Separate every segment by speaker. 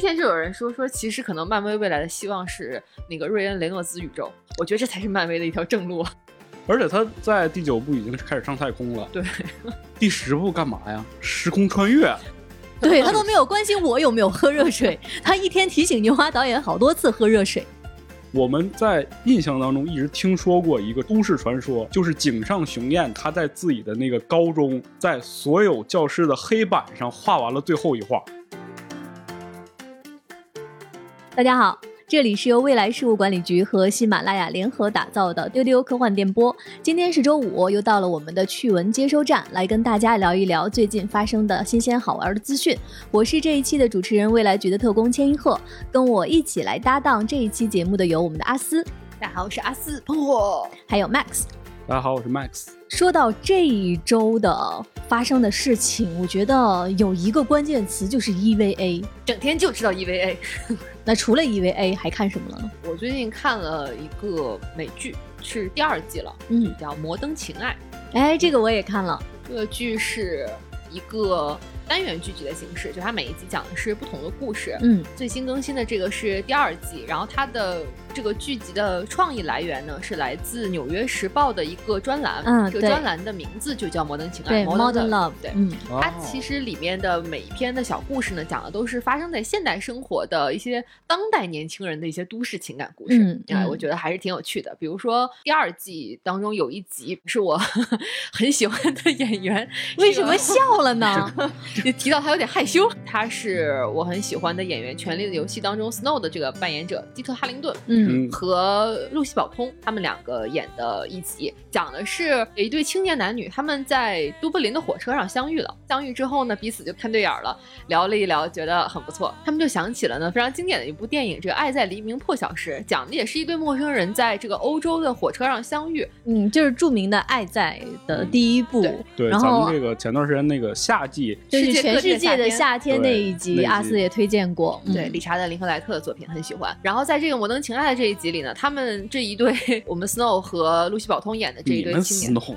Speaker 1: 前就有人说说，其实可能漫威未来的希望是那个瑞恩雷诺兹宇宙，我觉得这才是漫威的一条正路。
Speaker 2: 而且他在第九部已经开始上太空了，
Speaker 1: 对，
Speaker 2: 第十部干嘛呀？时空穿越，
Speaker 3: 对他都没有关心我有没有喝热水，他一天提醒牛蛙导演好多次喝热水。
Speaker 2: 我们在印象当中一直听说过一个都市传说，就是井上雄彦他在自己的那个高中，在所有教室的黑板上画完了最后一画。
Speaker 3: 大家好，这里是由未来事务管理局和喜马拉雅联合打造的丢丢科幻电波。今天是周五，又到了我们的趣闻接收站，来跟大家聊一聊最近发生的新鲜好玩的资讯。我是这一期的主持人，未来局的特工千一鹤，跟我一起来搭档这一期节目的有我们的阿斯，
Speaker 1: 大家好，我是阿斯，哦，
Speaker 3: 还有 Max。
Speaker 2: 大家好，我是 Max。
Speaker 3: 说到这一周的发生的事情，我觉得有一个关键词就是 EVA。
Speaker 1: 整天就知道 EVA。
Speaker 3: 那除了 EVA 还看什么了呢？
Speaker 1: 我最近看了一个美剧，是第二季了，
Speaker 3: 嗯，
Speaker 1: 叫《摩登情爱》。
Speaker 3: 哎，这个我也看了，
Speaker 1: 这个剧是一个单元剧集的形式，就它每一集讲的是不同的故事。
Speaker 3: 嗯
Speaker 1: 最新更新的这个是第二季，然后它的这个剧集的创意来源呢是来自《纽约时报》的一个专栏，
Speaker 3: 嗯
Speaker 1: 这个
Speaker 3: 对
Speaker 1: 专栏的名字就叫《摩登情爱
Speaker 3: 对》，Modern 哎 Love，
Speaker 1: 对。
Speaker 3: 嗯
Speaker 1: 它啊其实里面的每一篇的小故事呢，讲的都是发生在现代生活的一些当代年轻人的一些都市情感故事。
Speaker 3: 嗯
Speaker 1: 哎，
Speaker 3: 嗯
Speaker 1: 我觉得还是挺有趣的。比如说第二季当中有一集是我 很喜欢的演员，
Speaker 3: 为什么
Speaker 1: 是
Speaker 3: 笑了 呢？
Speaker 1: 个 提到他有点害羞？他是我很喜欢的演员，《权力的游戏》当中 Snow 的这个扮演者基特·哈灵顿。
Speaker 3: 嗯
Speaker 2: 嗯，
Speaker 1: 和路西宝通他们两个演的一集，讲的是有一对青年男女，他们在都柏林的火车上相遇了。相遇之后呢，彼此就看对眼儿了，聊了一聊，觉得很不错。他们就想起了呢非常经典的一部电影，这个《爱在黎明破晓时》，讲的也是一对陌生人在这个欧洲的火车上相遇。
Speaker 3: 嗯，就是著名的《爱在》的第一部，
Speaker 1: 对
Speaker 2: 对，
Speaker 3: 然
Speaker 2: 咱
Speaker 3: 后
Speaker 2: 们这个前段时间那个夏季，
Speaker 3: 就是全世界的夏天那
Speaker 2: 对那
Speaker 3: 一
Speaker 2: 一
Speaker 3: 集，
Speaker 2: 集
Speaker 3: 阿斯也推荐过。嗯
Speaker 1: 对，理查德·林克莱特的作品很喜欢。然后在这个《摩登情爱》的这一集里呢，他们这一对 我们 Snow 和路西宝通演的这一
Speaker 2: 你
Speaker 1: 对
Speaker 2: 们
Speaker 1: 青年，
Speaker 2: 死弄，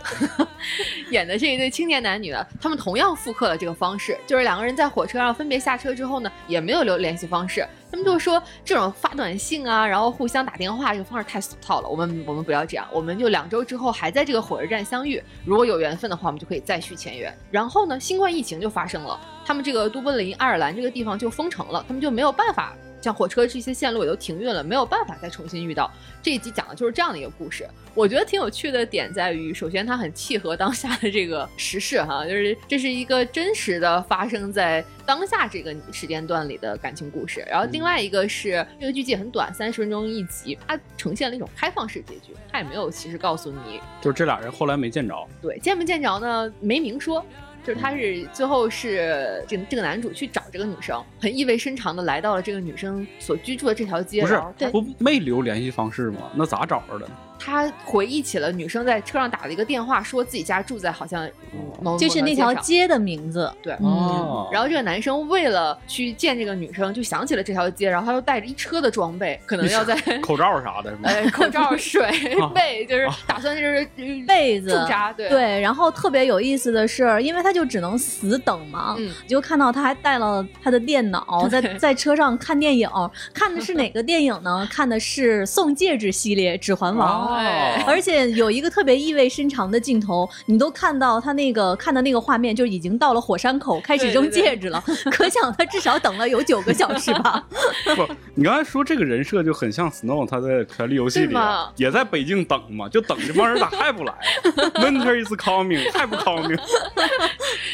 Speaker 1: 演的这一对青年男女呢，他们同样复刻了这个方式，就是两个人在火车上分别下车之后呢，也没有留联系方式。他们就说这种发短信啊，然后互相打电话这个方式太俗套了，我们我们不要这样，我们就两周之后还在这个火车站相遇，如果有缘分的话，我们就可以再续前缘。然后呢，新冠疫情就发生了，他们这个都柏林、爱尔兰这个地方就封城了，他们就没有办法。像火车这些线路也都停运了，没有办法再重新遇到。这一集讲的就是这样的一个故事。我觉得挺有趣的点在于，首先它很契合当下的这个时事哈，就是这是一个真实的发生在当下这个时间段里的感情故事。然后
Speaker 2: 嗯
Speaker 1: 另外一个是、这个剧集也很短，三十分钟一集，它呈现了一种开放式结局，它也没有其实告诉你
Speaker 2: 就是这俩人后来没 见着，
Speaker 1: 对见没见着呢，没明说。就是
Speaker 2: 嗯
Speaker 1: 他是最后是这这个男主去找这个女生，很意味深长的来到了这个女生所居住的这条街，
Speaker 2: 不是
Speaker 1: 然后他
Speaker 2: 不没留联系方式吗？那咋找着的？
Speaker 1: 他回忆起了女生在车上打了一个电话，说自己家住在好像
Speaker 2: 哦
Speaker 1: 某
Speaker 3: 就是那条。街的名字。
Speaker 1: 对
Speaker 3: 嗯，
Speaker 1: 某某条街上然后这个男生为了去见这个女生，就想起了这条街，然后他又带着一车的装备，可能要在
Speaker 2: 口罩啥的，是吗？
Speaker 1: 呃口罩、水
Speaker 2: 啊、
Speaker 1: 被，就是
Speaker 2: 啊
Speaker 1: 打算就是呃
Speaker 3: 被子
Speaker 1: 驻扎对。
Speaker 3: 对，然后特别有意思的是，因为他就只能死等嘛，
Speaker 1: 嗯，
Speaker 3: 你就看到他还带了他的 电脑，在
Speaker 1: 对
Speaker 3: 在车上看电影，看的是哪个电影 呢？看的是《送戒指》系列《指环王》
Speaker 1: 哎
Speaker 3: 而且有一个特别意味深长的镜头，你都看到他那个看的那个画面，就已经到了火山口开始
Speaker 1: 对
Speaker 3: 扔
Speaker 1: 对对
Speaker 3: 戒指了。可想他至少等了有九个小时吧。
Speaker 2: 不，你刚才说这个人设就很像 Snow，他在《权力游戏》
Speaker 1: 对
Speaker 2: 里啊
Speaker 1: 吧
Speaker 2: 也在北京等嘛，就等这帮人咋还不来 ？Winter is coming，还不 coming？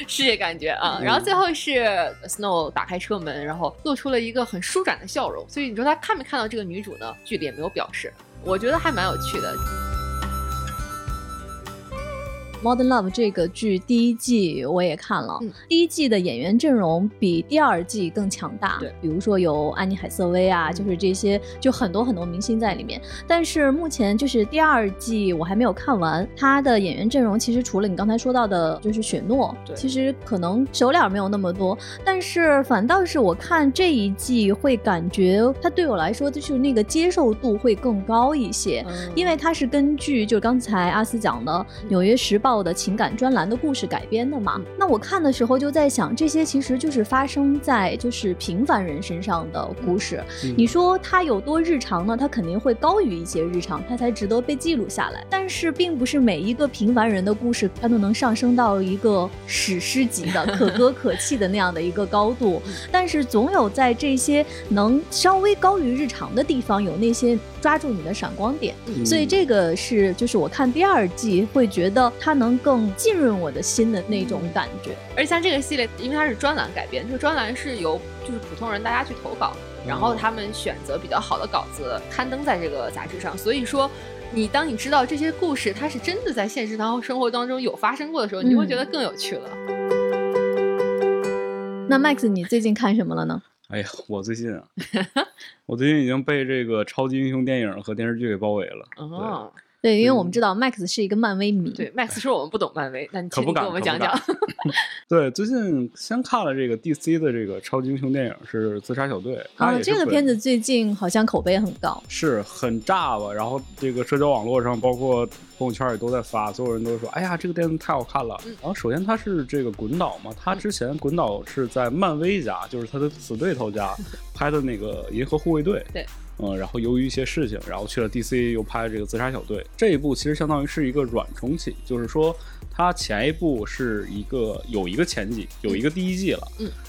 Speaker 1: 是这感觉啊。
Speaker 2: 嗯
Speaker 1: 然后最后是 Snow 打开车门，然后露出了一个很舒展的笑容。所以你说他看没看到这个女主呢？剧里也没有表示，我觉得还蛮有趣的。
Speaker 3: 《Modern Love》这个剧第一季我也看了，
Speaker 1: 嗯
Speaker 3: 第一季的演员阵容比第二季更强大。
Speaker 1: 对，
Speaker 3: 比如说有安妮海瑟薇啊，就是这些，就很多很多明星在里面。但是目前就是第二季我还没有看完，它的演员阵容其实除了你刚才说到的，就是雪诺
Speaker 1: 对，
Speaker 3: 其实可能熟脸没有那么多，但是反倒是我看这一季会感觉它对我来说就是那个接
Speaker 1: 嗯
Speaker 3: 受嗯度会更高一些。因为它是根据就刚才阿斯讲的《纽约时报》报的情感专栏的故事改编的嘛。那我看的时候就在想，这些其实就是发生在就是平凡人身上的故事。
Speaker 2: 嗯
Speaker 3: 你说它有多日常呢？它肯定会高于一些日常，它才值得被记录下来。但是，并不是每一个平凡人的故事，它都能上升到一个史诗级的、可歌可泣的那样的一个高度。但是，总有在这些能稍微高于日常的地方，有那些抓住你的闪光点。
Speaker 2: 嗯
Speaker 3: 所以这个是，就是我看第二季会觉得它能更浸润我的心的那种感觉。
Speaker 1: 而且像这个系列，因为它是专栏改编，这个专栏是由就是普通人大家去投稿，然
Speaker 2: 嗯
Speaker 1: 后他们选择比较好的稿子刊登在这个杂志上。所以说，你当你知道这些故事它是真的在现实当生活当中有发生过的时候，你会觉得更有趣了。
Speaker 3: 那 Max，你最近看什么了呢？
Speaker 2: 哎呀，我最近啊，我最近已经被这个超级英雄电影和电视剧给包围了。
Speaker 1: 哦，
Speaker 3: 对，因为
Speaker 2: 嗯
Speaker 3: 我们知道 Max 是一个漫威迷，
Speaker 1: 对，Max 说我们不懂漫威，那你
Speaker 2: 可
Speaker 1: 请
Speaker 2: 不
Speaker 1: 你给
Speaker 2: 敢，
Speaker 1: 我们
Speaker 2: 可
Speaker 1: 讲
Speaker 2: 不
Speaker 1: 讲
Speaker 2: 敢。对，最近先看了这个 DC 的这个超级英雄电影是《自杀小队》，它
Speaker 3: 啊，
Speaker 2: 也
Speaker 3: 这
Speaker 2: 是
Speaker 3: 个
Speaker 2: 本
Speaker 3: 片子最近好像口碑很高。
Speaker 2: 是很炸吧？然后这个社交网络上，包括朋友圈也都在发，所有人都说：“哎呀，这个电影太好看了。
Speaker 1: 嗯
Speaker 2: 然后首先它是这个滚导嘛，他之前滚导是在漫威家，就是他的死对头家拍的那个《银河护卫队》。
Speaker 1: 对。
Speaker 2: 嗯，然后由于一些事情，然后去了 DC 又拍这个《自杀小队》这一部，其实相当于是一个软重启，就是说它前一部是一个有一个前几，有一个第一季了，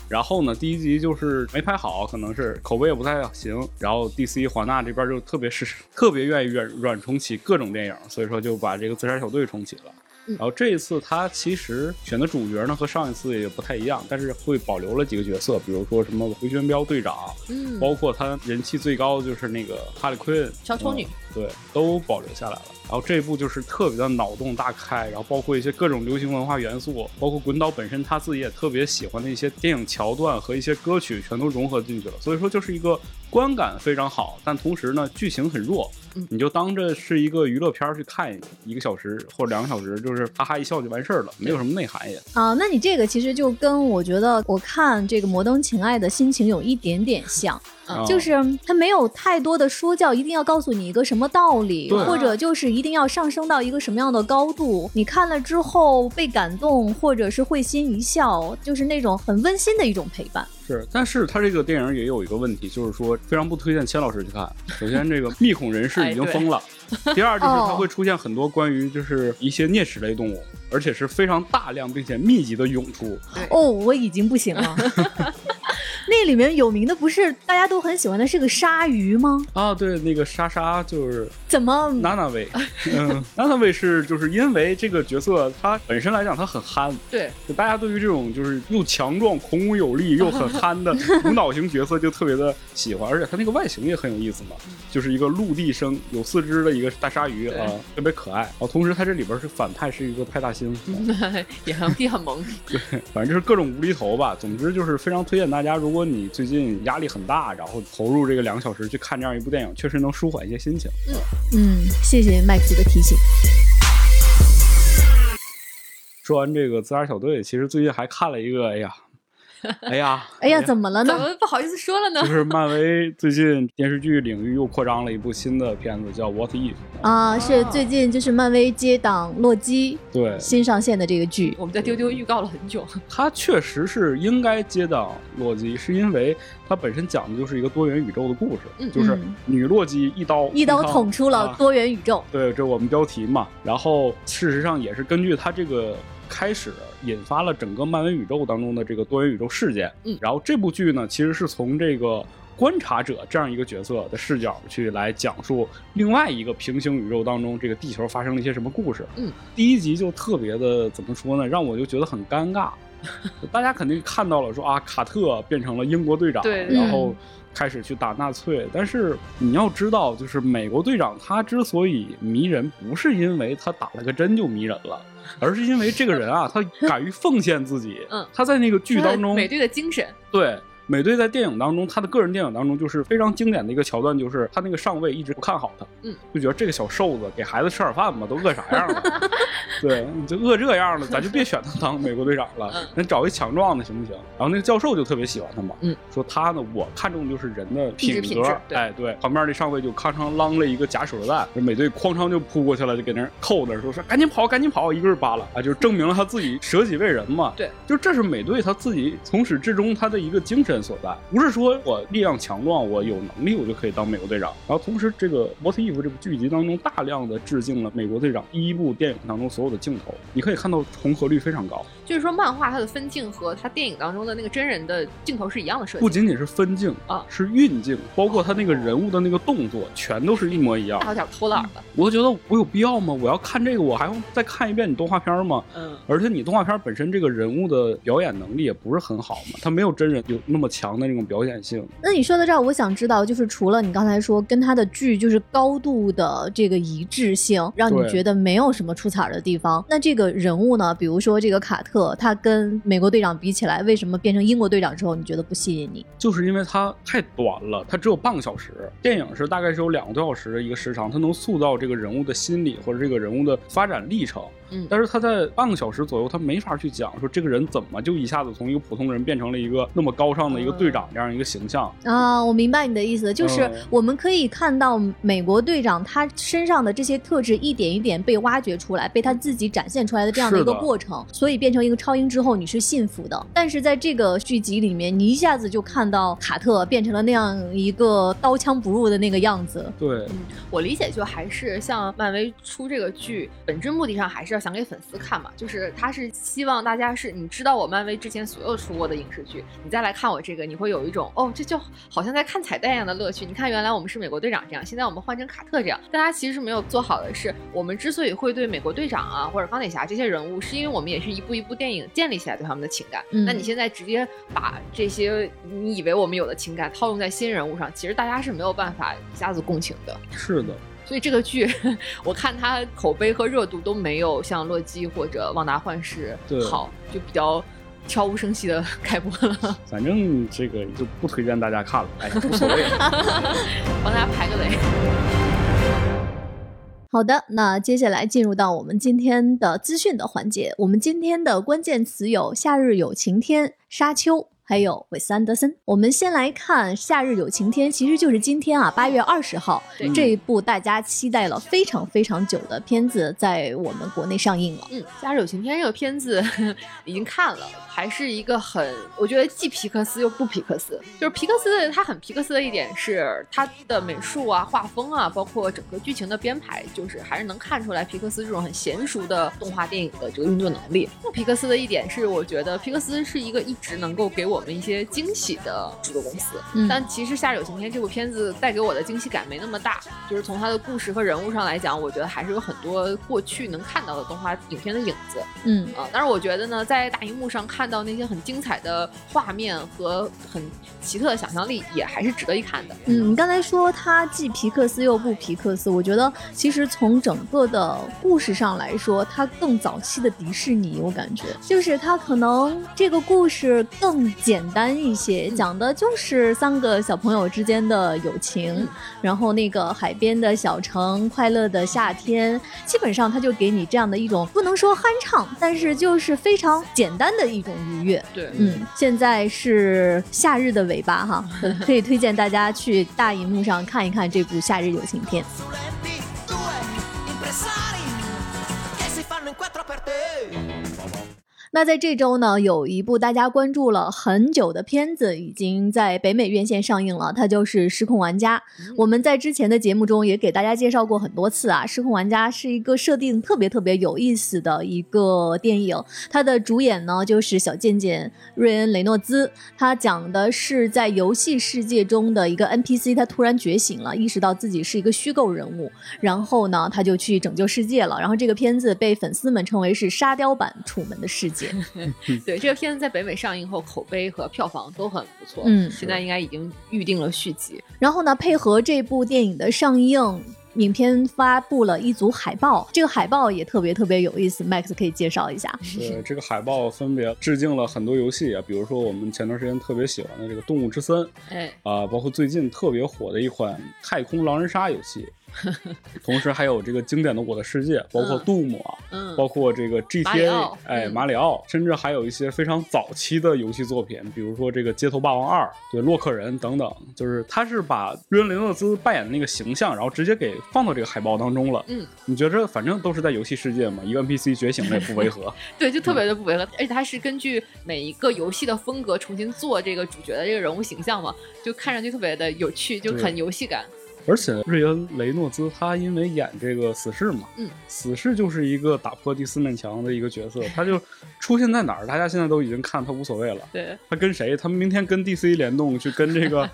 Speaker 2: 然后呢，第一集就是没拍好，可能是口碑也不太行。然后 DC 华纳这边就特别是特别愿意软软重启各种电影，所以说就把这个自杀小队重启了。
Speaker 1: 嗯
Speaker 2: 然后这一次他其实选的主角呢和上一次也不太一样，但是会保留了几个角色，比如说什么回旋镖队长，
Speaker 1: 嗯，
Speaker 2: 包括他人气最高的就是那个哈利奎恩
Speaker 1: 小丑女
Speaker 2: 嗯对，都保留下来了。然后这一部就是特别的脑洞大开，然后包括一些各种流行文化元素，包括滚导本身他自己也特别喜欢的一些电影桥段和一些歌曲全都融合进去了，所以说就是一个观感非常好，但同时呢剧情很弱
Speaker 1: 嗯，
Speaker 2: 你就当这是一个娱乐片儿去看一个小时或者两个小时，就是哈哈一笑就完事儿了，没有什么内涵也。
Speaker 3: 啊，那你这个其实就跟我觉得我看这个《摩登情爱》的心情有一点点像，
Speaker 1: 嗯
Speaker 3: 就
Speaker 2: 啊
Speaker 3: 是它没有太多的说教，一定要告诉你一个什么道理，
Speaker 2: 对
Speaker 3: 或者就是一定要上升到一个什么样的高度，你看了之后被感动，或者是会心一笑，就是那种很温馨的一种陪伴。
Speaker 2: 是，但是他这个电影也有一个问题，就是说非常不推荐千老师去看。首先，这个密孔人士已经疯了；第二，就是它会出现很多关于就是一些啮齿类动物，而且是非常大量并且密集的涌出。
Speaker 3: 哦，我已经不 行了。那里面有名的不是大家都很喜欢的是个鲨鱼吗？
Speaker 2: 啊，对，那个莎莎就是
Speaker 3: 怎么？
Speaker 2: 娜娜卫，嗯，娜娜卫是就是因为这个角色她本身来讲她很憨，
Speaker 1: 对，
Speaker 2: 就大家对于这种就是又强壮、孔武有力又很憨 的无脑型角色就特别的喜欢，而且他那个外形也很有意思嘛，就是一个陆地生有四肢的一个大鲨鱼
Speaker 1: 对
Speaker 2: 啊、特别可爱。哦，同时他这里边是反派是一个派大星，
Speaker 1: 也很也很萌。
Speaker 2: 反正就是各种无厘头吧。总之就是非常推荐大家，如果你最近压力很大，然后投入这个两个小时去看这样一部电影，确实能舒缓一些心情。
Speaker 3: 嗯，谢谢 Max 的提醒。，
Speaker 2: 说完这个自杀小队，其实最近还看了一个，哎呀， 哎呀
Speaker 3: 哎呀，怎么了
Speaker 1: 怎
Speaker 3: 呢？
Speaker 1: 么不好意思说了呢
Speaker 2: 就？是漫威最近电视剧领域又扩张了一部新的片子，叫《What If》。
Speaker 3: 啊，是
Speaker 1: 哦
Speaker 3: 最近就是漫威接档《洛基》
Speaker 2: 对，
Speaker 3: 新上线的这个剧。
Speaker 1: 我们在丢丢预告了很久。
Speaker 2: 它确实是应该接档洛基，是因为它本身讲的就是一个多元宇宙的故事，
Speaker 1: 嗯
Speaker 2: 就是
Speaker 3: 嗯
Speaker 2: 女洛基一刀
Speaker 3: 一刀捅出了
Speaker 2: 啊
Speaker 3: 多元宇宙，
Speaker 2: 对，这我们标题嘛。然后事实上也是根据它这个开始，引发了整个漫威宇宙当中的这个多元宇宙事件。
Speaker 1: 嗯
Speaker 2: 然后这部剧呢，其实是从这个观察者这样一个角色的视角去来讲述另外一个平行宇宙当中这个地球发生了一些什么故事。
Speaker 1: 嗯，
Speaker 2: 第一集就特别的怎么说呢，让我就觉得很 尴尬。大家肯定看到了说啊，卡特变成了英国队长，
Speaker 1: 对
Speaker 2: 然
Speaker 3: 嗯
Speaker 2: 后开始去打纳粹。但是你要知道，就是美国队长他之所以迷人，不是因为他打了个针就迷人了，而是因为这个人啊，他敢于奉献自己。
Speaker 1: 嗯
Speaker 2: 他在那个剧当
Speaker 1: 这是
Speaker 2: 中，
Speaker 1: 美队的精神，
Speaker 2: 对。美队在电影当中，他的个人电影当中，就是非常经典的一个桥段，就是他那个上尉一直不看好他，
Speaker 1: 嗯，
Speaker 2: 就觉得这个小瘦子给孩子吃点饭吧，都饿啥样了？ 对，你就饿这样了，咱就别选他当美国队长了
Speaker 1: 嗯，
Speaker 2: 咱找一强壮的行不行？然后那个教授就特别喜欢他嘛，
Speaker 1: 嗯，
Speaker 2: 说他呢，我看重就是人的
Speaker 1: 意志
Speaker 2: 品
Speaker 1: 品
Speaker 2: 格
Speaker 1: 质，对
Speaker 2: 哎，对，旁边那上尉就康康啷了一个假手榴弹，美队哐当就扑过去了，就给那儿扣那儿说说赶紧跑，赶紧跑，一个人扒拉啊，就证明了他自己舍己为人嘛。
Speaker 1: 对，
Speaker 2: 就这是美队他自己从始至终他的一个精神所在，不是说我力量强壮，我有能力我就可以当美国队长。然后同时，这个《What If》这部剧集当中大量的致敬了美国队长第一部电影当中所有的镜头，你可以看到重合率非常高。
Speaker 1: 就是说漫画它的分镜和它电影当中的那个真人的镜头是一样的设
Speaker 2: 不
Speaker 1: 计。
Speaker 2: 仅仅是分镜
Speaker 1: 啊
Speaker 2: 是运镜，包括他那个人物的那个动作，全都是一模一样
Speaker 1: 大。小脚偷懒了，
Speaker 2: 我觉得我有必要吗？我要看这个，我还要再看一遍你动画片吗？
Speaker 1: 嗯，
Speaker 2: 而且你动画片本身这个人物的表演能力也不是很好嘛，他没有真人有那么强的那种表演性。
Speaker 3: 那你说到这儿，我想知道，就是除了你刚才说跟他的剧就是高度的这个一致性，让你
Speaker 2: 对
Speaker 3: 觉得没有什么出彩儿的地方，那这个人物呢，比如说这个卡特，他跟美国队长比起来，为什么变成英国队长之后，你觉得不吸引你？
Speaker 2: 就是因为它太短了，它只有半个小时。电影是大概是有两个多小时的一个时长，它能塑造这个人物的心理或者这个人物的发展历程。
Speaker 1: 嗯
Speaker 2: 但是它在半个小时左右，它没法去讲说这个人怎么就一下子从一个普通人变成了一个那么高尚的一个队长这样一个形象。
Speaker 3: 啊，我明白你的意思，就是
Speaker 2: 嗯
Speaker 3: 我们可以看到美国队长他身上的这些特质一点一点被挖掘出来，被他自己展现出来的这样的一个
Speaker 2: 是的
Speaker 3: 过程，所以变成一个超英之后你是信服的。但是在这个剧集里面，你一下子就看到卡特变成了那样一个刀枪不入的那个样子，
Speaker 2: 对，
Speaker 1: 我理解就还是像漫威出这个剧，本质目的上还是要想给粉丝看嘛，就是他是希望大家是你知道我漫威之前所有出过的影视剧，你再来看我这个，你会有一种哦，这就好像在看彩蛋一样的乐趣。你看原来我们是美国队长这样，现在我们换成卡特这样，但他其实没有做好的是，我们之所以会对美国队长啊或者钢铁侠这些人物，是因为我们也是一步一步电影建立起来对他们的情感。
Speaker 3: 嗯
Speaker 1: 那你现在直接把这些你以为我们有的情感套用在新人物上，其实大家是没有办法一下子共情的。
Speaker 2: 是的。
Speaker 1: 所以这个剧， 我看它口碑和热度都没有像《洛基》或者《旺达幻视
Speaker 2: 对》
Speaker 1: 好，就比较悄无声息的 开播了，
Speaker 2: 反正这个就不推荐大家看了，哎，无所谓。
Speaker 1: 帮大家排个雷。
Speaker 3: 好的，那接下来进入到我们今天的资讯的环节。我们今天的关键词有“夏日有晴天”、“沙丘”，还有韦斯安德森。我们先来看“夏日有晴天”，其实就是今天啊，八月二十号
Speaker 1: 对
Speaker 3: 这一部大家期待了非常非常久的片子，在我们国内上映了。
Speaker 1: 嗯，《夏日有晴天》这个片子 已经看了，还是一个很，我觉得既皮克斯又不皮克斯。就是皮克斯的，它很皮克斯的一点是它的美术啊、画风啊，包括整个剧情的编排，就是还是能看出来皮克斯这种很娴熟的动画电影的这个运作能力。不皮克斯的一点是，我觉得皮克斯是一个一直能够给我们一些惊喜的制作公司。
Speaker 3: 嗯
Speaker 1: 但其实《夏日有晴天》这部片子带给我的惊喜感没那么大，就是从它的故事和人物上来讲，我觉得还是有很多过去能看到的动画影片的影子
Speaker 3: 嗯
Speaker 1: 啊。但是我觉得呢，在大荧幕上看到那些很精彩的画面和很奇特的想象力，也还是值得一看的。
Speaker 3: 嗯，你刚才说它既皮克斯又不皮克斯，我觉得其实从整个的故事上来说，它更早期的迪士尼，我感觉就是它可能这个故事更简单一些，
Speaker 1: 嗯
Speaker 3: 讲的就是三个小朋友之间的友情，
Speaker 1: 嗯
Speaker 3: 然后那个海边的小城，快乐的夏天，基本上它就给你这样的一种不能说酣畅，但是就是非常简单的一种愉悦。
Speaker 1: 对，
Speaker 3: 嗯，现在是夏日的尾巴哈，可以推荐大家去大荧幕上看一看这部《夏日有晴天》。
Speaker 4: Sorrenti, due impresari che si fanno in quattro per te.
Speaker 3: 那在这周呢，有一部大家关注了很久的片子已经在北美院线上映了，它就是《失控玩家》。我们在之前的节目中也给大家介绍过很多次啊，《失控玩家》是一个设定特别特别有意思的一个电影。它的主演呢就是小贱贱瑞恩·雷诺兹，他讲的是在游戏世界中的一个 NPC，他突然觉醒了，意识到自己是一个虚构人物，然后呢他就去拯救世界了。然后这个片子被粉丝们称为是沙雕版《楚门的世界》。
Speaker 1: 对，这个片子在北美上映后，口碑和票房都很不错。
Speaker 3: 嗯
Speaker 1: 现在应该已经预定了续集。
Speaker 3: 然后呢，配合这部电影的上映，影片发布了一组海报，这个海报也特别特别有意思，Max 可以介绍一下。
Speaker 2: 对，这个海报分别致敬了很多游戏啊，比如说我们前段时间特别喜欢的这个《动物之森》
Speaker 1: 哎，
Speaker 2: 啊、包括最近特别火的一款太空狼人杀 游戏，同时还有这个经典的《我的世界》，包括
Speaker 1: 嗯
Speaker 2: Doom 啊，
Speaker 1: 嗯，
Speaker 2: 包括这个
Speaker 1: 马里
Speaker 2: GTA，
Speaker 1: 奥
Speaker 2: 哎，
Speaker 1: 嗯
Speaker 2: 马里奥，甚至还有一些非常早期的游戏作品，比如说这个《街头霸王二》，对，洛克人等等，就是他是把瑞恩·雷诺兹扮演的那个形象，然后直接给放到这个海报当中了。
Speaker 1: 嗯，
Speaker 2: 你觉着反正都是在游戏世界嘛，一个 NPC 觉醒了也不违和。
Speaker 1: 对，就
Speaker 2: 嗯
Speaker 1: 特别的不违和，而且它是根据每一个游戏的风格重新做这个主角的这个人物形象嘛，就看上去特别的有趣，就
Speaker 2: 对
Speaker 1: 很游戏感。
Speaker 2: 而且瑞恩·雷诺兹他因为演这个死侍嘛，
Speaker 1: 嗯，
Speaker 2: 死侍就是一个打破第四面墙的一个角色，他就出现在哪儿，大家现在都已经看他无所谓了。
Speaker 1: 对，
Speaker 2: 他跟谁？他明天跟 DC 联动，去跟 这个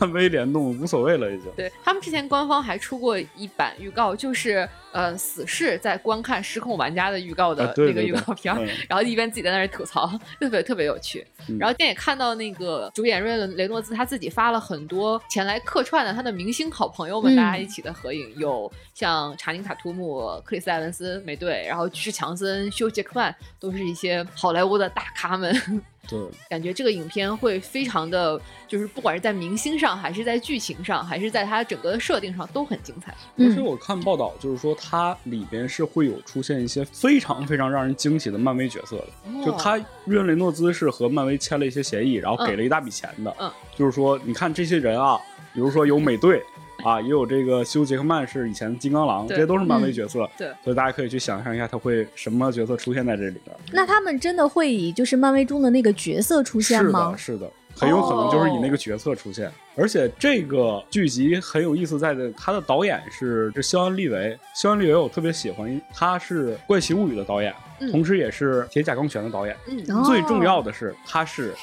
Speaker 2: 漫威联动，无所谓了，已经。
Speaker 1: 对他们之前官方还出过一版预告，就是呃，死侍在观看《失控玩家》的预告的
Speaker 2: 啊对
Speaker 1: 那个
Speaker 2: 对
Speaker 1: 预
Speaker 2: 对
Speaker 1: 告片儿，
Speaker 2: 嗯
Speaker 1: 然后一边自己在那儿吐槽，特别特别有趣。
Speaker 2: 嗯
Speaker 1: 然后电影看到那个主演瑞伦雷诺兹他自己发了很多前来客串的他的明星好朋友们，
Speaker 3: 嗯
Speaker 1: 大家一起的合影，有像查宁塔图姆、克里斯埃文斯、美队，然后巨石强森、休杰克曼，都是一些好莱坞的大咖们。
Speaker 2: 对，
Speaker 1: 感觉这个影片会非常的，就是不管是在明星上，还是在剧情上，还是在它整个的设定上，都很精彩。
Speaker 2: 而且
Speaker 3: 嗯，
Speaker 2: 我看报道，就是说它里边是会有出现一些非常非常让人惊喜的漫威角色的。
Speaker 3: 哦
Speaker 1: 哦
Speaker 2: 就他瑞恩·雷诺兹是和漫威签了一些协议，然后给了一大笔钱的。
Speaker 1: 嗯
Speaker 2: 就是说，你看这些人啊，比如说有美队啊，也有这个休·杰克曼是以前的金刚狼，
Speaker 1: 对嗯
Speaker 2: 这些都是漫威角色。
Speaker 1: 对
Speaker 2: 所以大家可以去想象一下，他会什么角色出现在这里边。
Speaker 3: 那他们真的会以就是漫威中的那个角色出现
Speaker 2: 是
Speaker 3: 吗
Speaker 2: 的，？是的，很有可能就是以那
Speaker 1: 哦
Speaker 2: 个角色出现。而且这个剧集很有意思，在的它的导演是这肖恩·利维，肖恩·利维我特别喜欢，他是《怪奇物语》的导演，
Speaker 1: 嗯
Speaker 2: 同时也是《铁甲钢拳》的导演。
Speaker 1: 嗯，
Speaker 3: 哦
Speaker 2: 最重要的是，他是《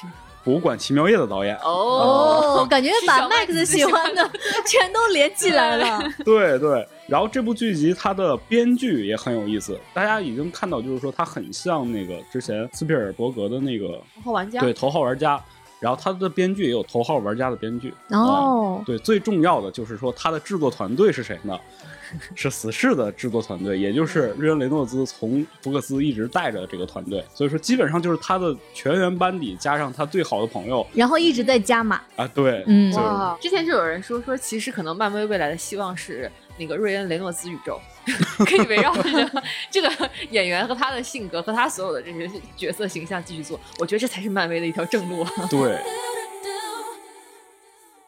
Speaker 2: 博物馆奇妙夜》的导演。
Speaker 1: 哦
Speaker 3: 哦，感觉
Speaker 1: 是
Speaker 3: 把
Speaker 1: 小 Max
Speaker 3: Max 喜欢的 全都连起来了。
Speaker 2: 对对，然后这部剧集它的编剧也很有意思，大家已经看到，就是说它很像那个之前斯皮尔伯格的那个
Speaker 1: 头号玩家
Speaker 2: 对《头号玩家》，然后它的编剧也有《头号玩家》的编剧。啊
Speaker 3: 哦，
Speaker 2: 对，最重要的就是说它的制作团队是谁呢？是死侍的制作团队，也就是瑞恩·雷诺兹从福克斯一直带着这个团队，所以说基本上就是他的全员班底加上他最好的朋友
Speaker 3: 然后一直在加码，
Speaker 2: 啊，对，
Speaker 3: 嗯
Speaker 2: 就是
Speaker 1: 哇，之前就有人说说，其实可能漫威未来的希望是那个瑞恩·雷诺兹宇宙， 可以围绕着这个演员和他的性格和他所有的这些角色形象继续做。我觉得这才是漫威的一条正路。
Speaker 2: 对，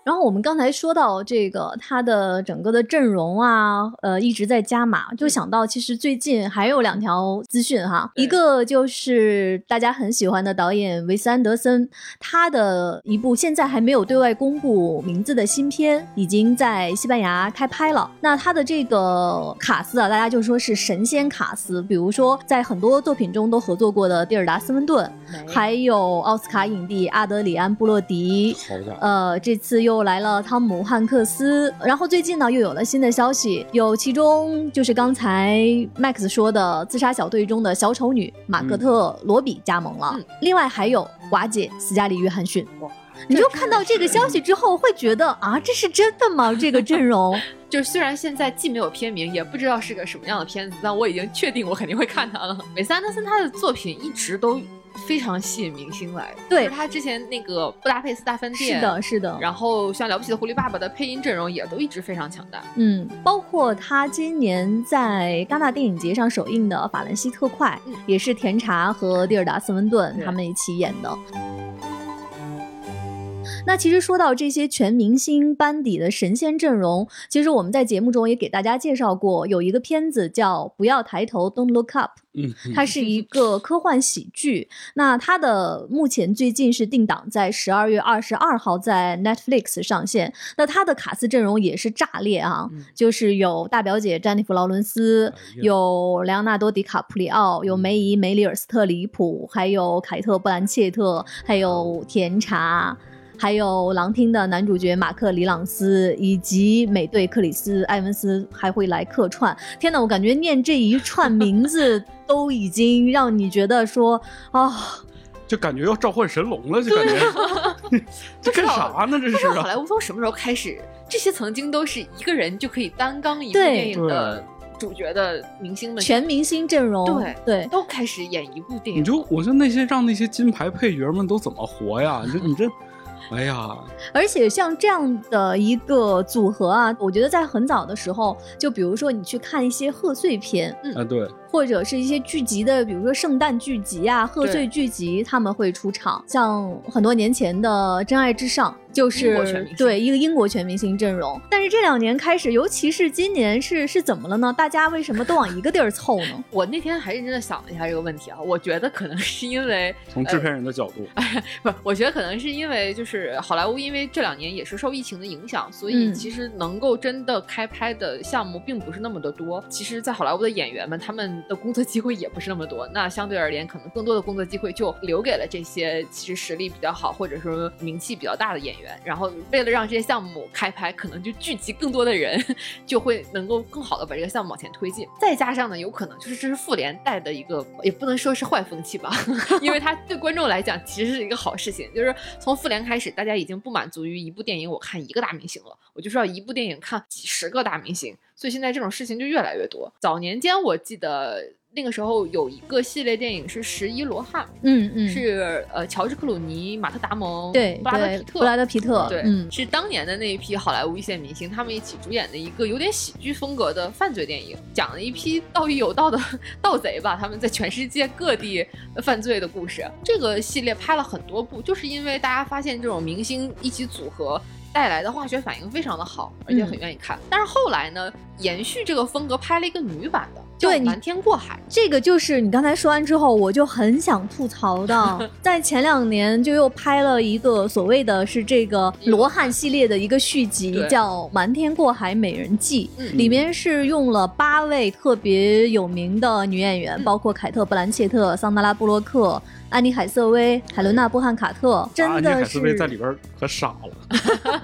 Speaker 3: 然后我们刚才说到这个他的整个的阵容啊，呃，一直在加码，就想到其实最近还有两条资讯哈，
Speaker 1: 对
Speaker 3: 一个就是大家很喜欢的导演维斯安德森，他的一部现在还没有对外公布名字的新片已经在西班牙开拍了。那他的这个卡斯啊，大家就说是神仙卡斯，比如说在很多作品中都合作过的蒂尔达·斯温顿，
Speaker 1: 嗯
Speaker 3: 还有奥斯卡影帝阿德里安·布洛迪，
Speaker 2: 好家伙，
Speaker 3: 呃，这次又来了汤姆汉克斯，然后最近呢又有了新的消息，有其中就是刚才 Max 说的《自杀小队》中的小丑女马格特罗比加盟了，
Speaker 1: 嗯
Speaker 3: 另外还有瓦解斯嘉丽约翰逊
Speaker 1: 哇。
Speaker 3: 你就看到这个消息之后，会觉得啊，这是真的吗？这个阵容，
Speaker 1: 就是虽然现在既没有片名，也不知道是个什么样的片子，但我已经确定我肯定会看它了。韦斯安德森他的作品一直都非常吸引明星来，
Speaker 3: 对
Speaker 1: 就是他之前那个《布达佩斯大饭店》
Speaker 3: 是的，，是的，
Speaker 1: 然后像《了不起的狐狸爸爸》的配音阵容也都一直非常强大。
Speaker 3: 嗯，包括他今年在戛纳电影节上首映的《法兰西特快》
Speaker 1: 嗯
Speaker 3: 也是甜茶和蒂尔达·斯温顿
Speaker 1: 对
Speaker 3: 他们一起演的。那其实说到这些全明星班底的神仙阵容，其实我们在节目中也给大家介绍过，有一个片子叫《不要抬头，Don't Look Up》，
Speaker 2: 嗯，
Speaker 3: 它是一个科幻喜剧。那它的目前最近是定档在十二月二十二号在 Netflix 上线。那它的卡斯阵容也是炸裂啊，
Speaker 1: 嗯
Speaker 3: 就是有大表姐詹妮弗·劳伦斯
Speaker 2: 哎，呀
Speaker 3: 有莱昂纳多·迪卡普里奥，有梅姨梅里尔·斯特里普，还有凯特·布兰切特，还有甜茶。还有《狼厅》的男主角马克·里朗斯，以及美队克里斯·埃文斯还会来客串。天呐，我感觉念这一串名字都已经让你觉得说啊、
Speaker 2: 就感觉要召唤神龙了，就感觉
Speaker 3: 啊
Speaker 2: 这干啥呢？这
Speaker 1: 不
Speaker 2: 是
Speaker 1: 知道好
Speaker 2: 啊，
Speaker 1: 莱坞从什么时候开始，这些曾经都是一个人就可以担纲一部电影的主角的明星们，
Speaker 3: 全明星阵容，
Speaker 1: 对
Speaker 3: 对，
Speaker 1: 都开始演一部电
Speaker 2: 你
Speaker 1: 影。
Speaker 2: 就我就那些让那些金牌配角们都怎么活呀？你这你这，哎呀，
Speaker 3: 而且像这样的一个组合啊，我觉得在很早的时候，就比如说你去看一些贺岁片，
Speaker 2: 啊对，
Speaker 3: 或者是一些剧集的，比如说圣诞剧集啊、贺
Speaker 1: 对
Speaker 3: 岁剧集，他们会出场。像很多年前的《真爱至上》，就
Speaker 1: 英国全
Speaker 3: 是
Speaker 1: 明星
Speaker 3: 对一个英国全明星阵容。但是这两年开始，尤其是今年是是怎么了呢？大家为什么都往一个地儿凑呢？
Speaker 1: 我那天还认真的想了一下这个问题啊，我觉得可能是因为
Speaker 2: 从制片人的角度，
Speaker 3: 呃
Speaker 1: 不，我觉得可能是因为就是好莱坞，因为这两年也是受疫情的影响，所以
Speaker 3: 嗯
Speaker 1: 其实能够真的开拍的项目并不是那么的多。其实，在好莱坞的演员们，他们的工作机会也不是那么多。那相对而言，可能更多的工作机会就留给了这些其实实力比较好或者说名气比较大的演员。然后，为了让这些项目开拍，可能就聚集更多的人， 就会能够更好的把这个项目往前推进。再加上呢，有可能就是这是复联带的一个，也不能说是坏风气吧，因为它对观众来讲其实是一个好事情。就是从复联开始，大家已经不满足于一部电影我看一个大明星了，我就是要一部电影看几十个大明星。所以现在这种事情就越来越多。早年间我记得。那个时候有一个系列电影是《十一罗汉》，
Speaker 3: 嗯嗯，
Speaker 1: 是呃乔治克鲁尼、马特达蒙、
Speaker 3: 对
Speaker 1: 布拉德
Speaker 3: 对
Speaker 1: 皮特、
Speaker 3: 布拉德皮特，
Speaker 1: 对，
Speaker 3: 嗯，
Speaker 1: 是当年的那一批好莱坞一线明星，他们一起主演的一个有点喜剧风格的犯罪电影，讲了一批盗亦有 道的盗贼吧，他们在全世界各地犯罪的故事。 这个系列拍了很多部，就是因为大家发现这种明星一起组合。带来的化学反应非常的好，而且很
Speaker 3: 嗯
Speaker 1: 愿意看。但是后来呢，延续这个风格拍了一个女版的，叫
Speaker 3: 对
Speaker 1: 《
Speaker 3: 你
Speaker 1: 瞒天过海》。
Speaker 3: 这个就是你刚才说完之后，我就很想吐 槽的。在前两年就又拍了一个所谓的是这个罗汉系列的一个续集
Speaker 1: 对，
Speaker 3: 叫《瞒天过海美人计》，
Speaker 1: 嗯
Speaker 3: 里面是用了八位特别有名的女演员，
Speaker 1: 嗯
Speaker 3: 包括凯特·布兰切特、桑德拉·布洛克、安妮·海瑟薇、海伦娜·波汉卡特，真
Speaker 2: 安妮海
Speaker 3: 的
Speaker 2: 瑟薇
Speaker 3: 是
Speaker 2: 在里边可傻了，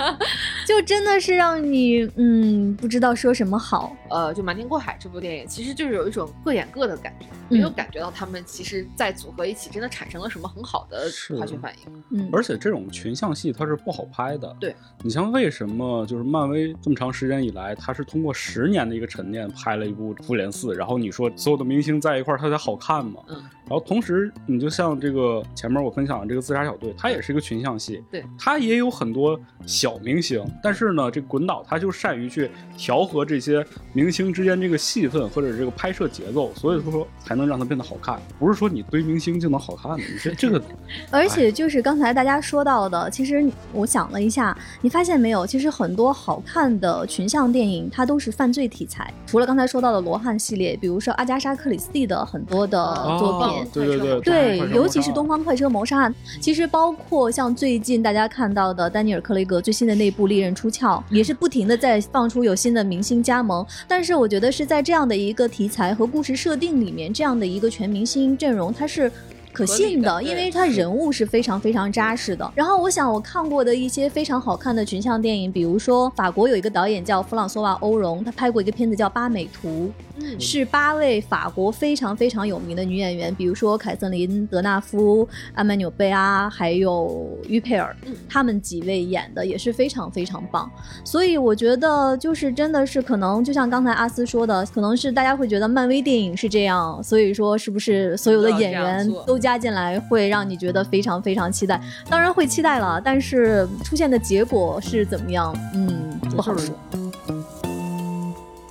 Speaker 3: 就真的是让你嗯不知道说什么好。
Speaker 1: 呃，就《瞒天过海》这部电影，其实就是有一种各演各的感觉，没有
Speaker 3: 嗯
Speaker 1: 感觉到他们其实在组合一起真的产生了什么很好的
Speaker 2: 是
Speaker 1: 化学反应。
Speaker 3: 嗯，
Speaker 2: 而且这种群像戏它是不好拍的。
Speaker 1: 对，
Speaker 2: 你像为什么就是漫威这么长时间以来，它是通过十年的一个沉淀拍了一部《复联四》，然后你说所有的明星在一块儿，它才好看嘛？
Speaker 1: 嗯。
Speaker 2: 然后同时，你就像这个前面我分享的这个《自杀小队》，它也是一个群像戏，
Speaker 1: 对，
Speaker 2: 它也有很多小明星，但是呢，这个滚导他就善于去调和这些明星之间这个戏份或者这个拍摄节奏，所以说才能让它变得好看，不是说你堆明星就能好看的，你这 这个
Speaker 3: 而且就是刚才大家说到的，其实我想了一下，你发现没有？其实很多好看的群像电影，它都是犯罪题材。除了刚才说到的罗汉系列，比如说阿加莎·克里斯蒂的很多的
Speaker 1: 哦
Speaker 3: 作
Speaker 2: 哦
Speaker 3: 品，，
Speaker 2: 对对对，
Speaker 3: 对
Speaker 2: 快，手
Speaker 3: 尤其
Speaker 2: 快
Speaker 3: 是
Speaker 2: 手
Speaker 3: 《东方快车谋杀案》，
Speaker 1: 嗯
Speaker 3: 其实包括像最近大家看到的丹尼尔·克雷格最新的那部《利刃出鞘》，
Speaker 1: 嗯
Speaker 3: 也是不停的在放出有新的明星加盟。但是我觉得是在这样的一个题材和故事设定里面，这样的一个全明星阵容，它是。可信
Speaker 1: 合
Speaker 3: 的，
Speaker 1: 理的
Speaker 3: 因
Speaker 1: 对
Speaker 3: 为它人物是非常非常扎 实的。然后我想我看过的一些非常好看的群像电影，比如说法国有一个导演叫弗朗索瓦·欧容，他拍过一个片子叫《八美图》，
Speaker 1: 嗯
Speaker 3: 是八位法国非常非常有名的女演员，比如说凯瑟琳·德纳夫、安曼纽贝阿，还有于佩尔
Speaker 1: 嗯，
Speaker 3: 她们几位演的也是非常非常棒。所以我觉得，就是真的是可能，就像刚才阿斯说的，可能是大家会觉得漫威电影是这样，所以说是不是所有的演
Speaker 1: 都要这
Speaker 3: 员
Speaker 1: 样做
Speaker 3: 都加进来，会让你觉得非常非常期待？当然会期待了，但是出现的结果是怎么样，嗯，不好说。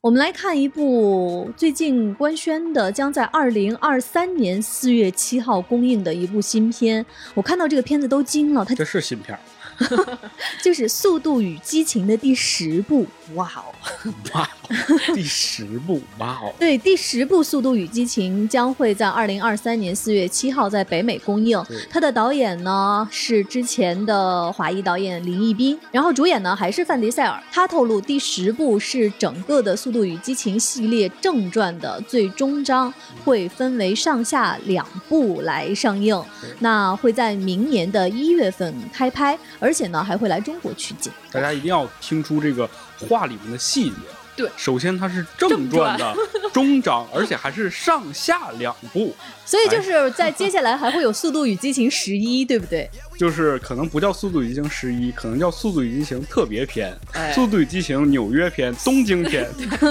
Speaker 3: 我们来看一部最近官宣的，将在二零二三年四月七号公映的一部新片。我看到这个片子都惊了，它
Speaker 2: 这是新 片儿，
Speaker 3: 就是《速度与激情》的第十部。
Speaker 1: 哇哦，
Speaker 2: 哇哦，第十部，哇哦，
Speaker 3: 对，第十部《速度与激情》将会在二零二三年四月七号在北美公映
Speaker 2: 对。
Speaker 3: 它的导演呢是之前的华裔导演林奕斌，然后主演呢还是范迪塞尔。他透露，第十部是整个的《速度与激情》系列正传的最终章，
Speaker 2: 嗯
Speaker 3: 会分为上下两部来上映
Speaker 2: 对。
Speaker 3: 那会在明年的一月份开拍，而且呢还会来中国取景。
Speaker 2: 大家一定要听出这个话里面的细节。
Speaker 1: 对
Speaker 2: 首先它是正传的中章，而且还是上下两部。哎
Speaker 3: 所以就是在接下来还会有《速度与激情十一》，对不对？
Speaker 2: 就是可能不叫《速度与激情十一》，可能叫《速度与激情特别篇》
Speaker 1: 哎
Speaker 2: 速度与激情纽约篇》《东京篇》，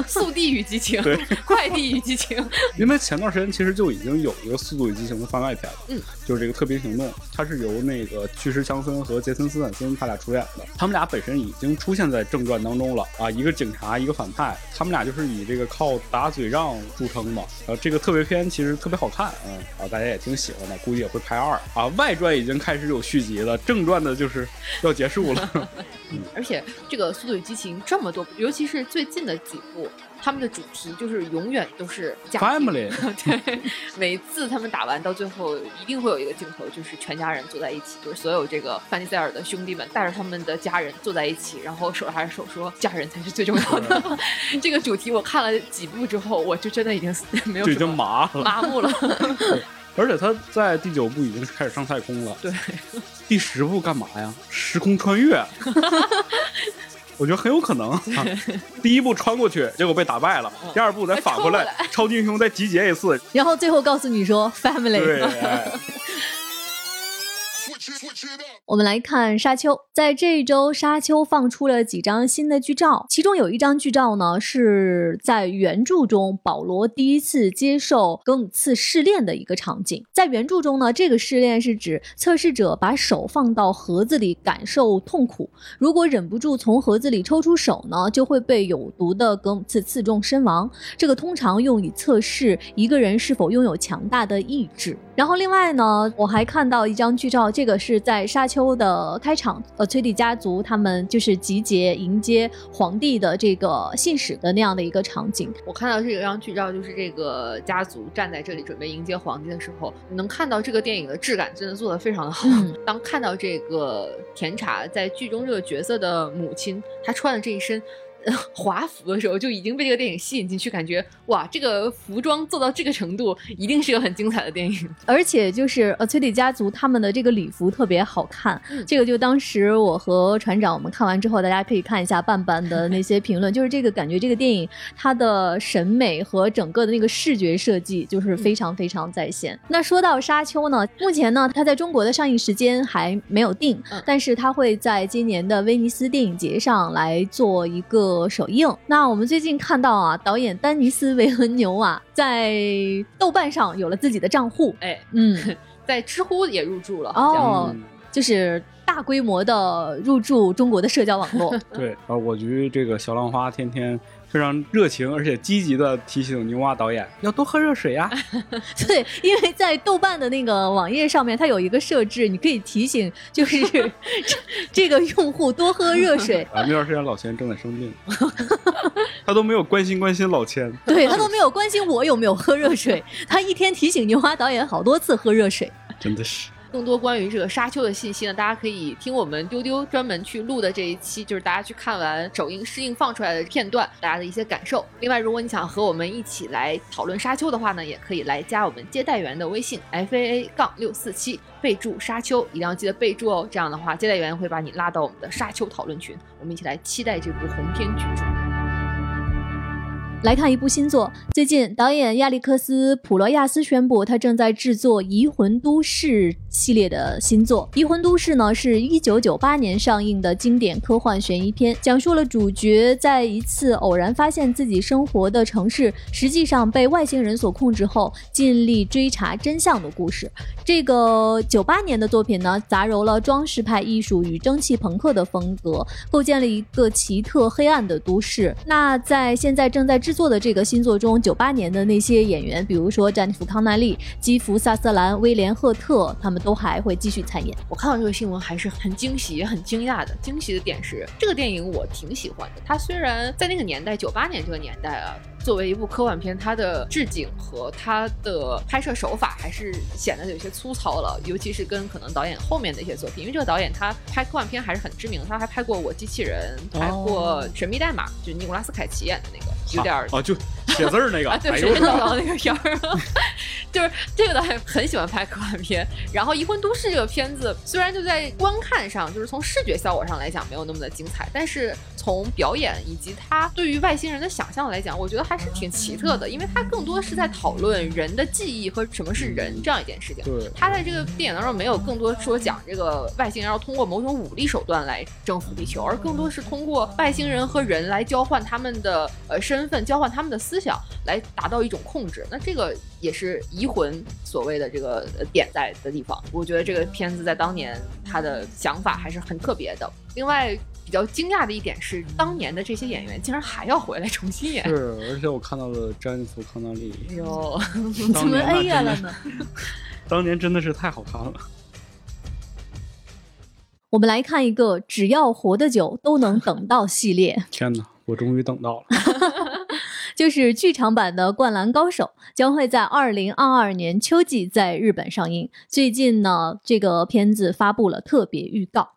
Speaker 1: 速递与激情
Speaker 2: 对，
Speaker 1: 快递与激情，
Speaker 2: 因为前段时间其实就已经有一个《速度与激情》的番外篇了，
Speaker 1: 嗯，
Speaker 2: 就是这个《特别行动》，它是由那个巨石强森和杰森斯坦森他俩主演的，他们俩本身已经出现在正传当中了啊，一个警察，一个反派，他们俩就是以这个靠打嘴仗著称嘛。然后这个特别篇其实特别好看，嗯，啊，大家也挺喜欢的，估计也会拍二啊。外传已经开始有续集了，正传的就是要结 束了。
Speaker 1: 而且这个《速度与激情》这么多，尤其是最近的几部，他们的主题就是永远都是家庭
Speaker 2: Family
Speaker 1: 对，每次他们打完到最后，一定会有一个镜头，就是全家人坐在一起，就是所有这个范迪塞尔的兄弟们带着他们的家人坐在一起，然后手拉着手说：“家人才是最重要的。” 这个主题我看了几部之后，我就真的已经没有
Speaker 2: 就已
Speaker 1: 什
Speaker 2: 经
Speaker 1: 么
Speaker 2: 麻了，
Speaker 1: 麻木了。
Speaker 2: 而且他在第九部已经开始上太空了。
Speaker 1: 对，
Speaker 2: 第十部干嘛呀？时空穿 越。我觉得很有可能、啊，第一部穿过去，结果被打败了；第二部再反嗯过来，
Speaker 1: 抽
Speaker 2: 超级英雄再集结一次。
Speaker 3: 然后最后告诉你说 family。
Speaker 2: 对， 哎
Speaker 3: 我们来看《沙丘》。在这一周，《沙丘》放出了几张新的剧照，其中有一张剧照呢，是在原著中保罗第一次接受格姆茨试炼的一个场景。在原著中呢，这个试炼是指测试者把手放到盒子里感受痛苦，如果忍不住从盒子里抽出手呢，就会被有毒的格姆茨刺中身亡。这个通常用以测试一个人是否拥有强大的意志。然后另外呢，我还看到一张剧照，这个是在沙丘的开场，呃，崔蒂家族他们就是集结迎接皇帝的这个信使的那样的一个场景。
Speaker 1: 我看到这张剧照，就是这个家族站在这里准备迎接皇帝的时候，能看到这个电影的质感真的做得非常的好。
Speaker 3: 嗯
Speaker 1: 当看到这个甜茶在剧中这个角色的母亲，她穿的这一身。呃华服的时候就已经被这个电影吸引进去，感觉哇，这个服装做到这个程度，一定是个很精彩的电影。
Speaker 3: 而且就是呃，崔里家族他们的这个礼服特别好看，
Speaker 1: 嗯
Speaker 3: 这个就当时我和船长我们看完之后，大家可以看一下伴伴的那些评 论，就是这个感觉这个电影它的审美和整个的那个视觉设计就是非常非常在
Speaker 1: 嗯
Speaker 3: 线。那说到沙丘呢，目前呢它在中国的上映时间还没有定，
Speaker 1: 嗯
Speaker 3: 但是它会在今年的威尼斯电影节上来做一个首映。那我们最近看到啊，导演丹尼斯·维伦纽瓦在豆瓣上有了自己的账户。
Speaker 1: 哎，
Speaker 3: 嗯，
Speaker 1: 在知乎也入驻了，好
Speaker 2: 嗯
Speaker 1: 像
Speaker 3: 哦，就是大规模的入驻中国的社交网络。
Speaker 2: 对啊，我局这个小浪花天天非常热情而且积极的提醒牛蛙导演要多喝热 水呀、
Speaker 3: 对，因为在豆瓣的那个网页上面，它有一个设置，你可以提醒，就是 这这个用户多喝热水。
Speaker 2: 啊，那段时间老钱正在生病， 他都没有关心关心老钱。
Speaker 3: 对他都没有关心我有没有喝热水，他一天提醒牛蛙导演好多次喝热水。
Speaker 2: 真的是，
Speaker 1: 更多关于这个沙丘的信息呢，大家可以听我们丢丢专门去录的这一期，就是大家去看完首映试映放出来的片段，大家的一些感受。另外，如果你想和我们一起来讨论沙丘的话呢，也可以来加我们接待员的微信 f a a 杠六四七，备注沙丘，一定要记得备注哦。这样的话，接待员会把你拉到我们的沙丘讨论群，我们一起来期待这部鸿篇巨著。
Speaker 3: 来看一部新作。最近，导演亚历克斯·普罗亚斯宣布，他正在制作《移魂都市》系列的新作。《移魂都市》呢，是一九九八年上映的经典科幻悬疑片，讲述了主角在一次偶然发现自己生活的城市实际上被外星人所控制后，尽力追查真相的故事。这个九八年的作品呢，杂糅了装饰派艺术与蒸汽朋克的风格，构建了一个奇特黑暗的都市。那在现在正在制作的这个新作中，九八年的那些演员，比如说詹妮弗·康纳利、基弗·萨瑟兰、威廉·赫特，他们都还会继续参演。
Speaker 1: 我看到这个新闻还是很惊喜，也很惊讶的。惊喜的点是，这个电影我挺喜欢的。它虽然在那个年代，九八年这个年代啊，作为一部科幻片，它的置景和它的拍摄手法还是显得有些粗糙了，尤其是跟可能导演后面的一些作品，因为这个导演他拍科幻片还是很知名的，他还拍过《我机器人》，拍过
Speaker 2: 哦
Speaker 1: 《神秘代码》，就是尼古拉斯凯奇演的那个，有点儿
Speaker 2: 啊啊，就写字儿那个，
Speaker 1: 啊，对，
Speaker 2: 哎
Speaker 1: 谁
Speaker 2: 呦我
Speaker 1: 知
Speaker 2: 的妈！
Speaker 1: 道那个片儿？ 就是这个导演很喜欢拍科幻片。然后《移魂都市》这个片子虽然就在观看上，就是从视觉效果上来讲没有那么的精彩，但是从表演以及他对于外星人的想象来讲，我觉得还是挺奇特的，因为他更多是在讨论人的记忆和什么是人这样一件事情。
Speaker 2: 对，
Speaker 1: 他在这个电影当中没有更多说讲这个外星人要通过某种武力手段来征服地球，而更多是通过外星人和人来交换他们的呃身份，交换他们的思想，来达到一种控制。那这个也是移魂所谓的这个呃点在的地方。我觉得这个片子在当年他的想法还是很特别的。另外。比较惊讶的一点是，当年的这些演员竟然还要回来重新演。
Speaker 2: 是，而且我看到了詹妮弗·康纳利，
Speaker 1: 哎呦，
Speaker 3: 怎么
Speaker 2: 当
Speaker 3: 哎呀
Speaker 2: 年那
Speaker 3: 了
Speaker 2: 真的
Speaker 3: 呢？
Speaker 2: 当年真的是太好看了。
Speaker 3: 我们来看一个只要活得久都能等到系列，
Speaker 2: 天哪，我终于等到了。
Speaker 3: 就是剧场版的《灌篮高手》将会在二零二二年秋季在日本上映。最近呢，这个片子发布了特别预告。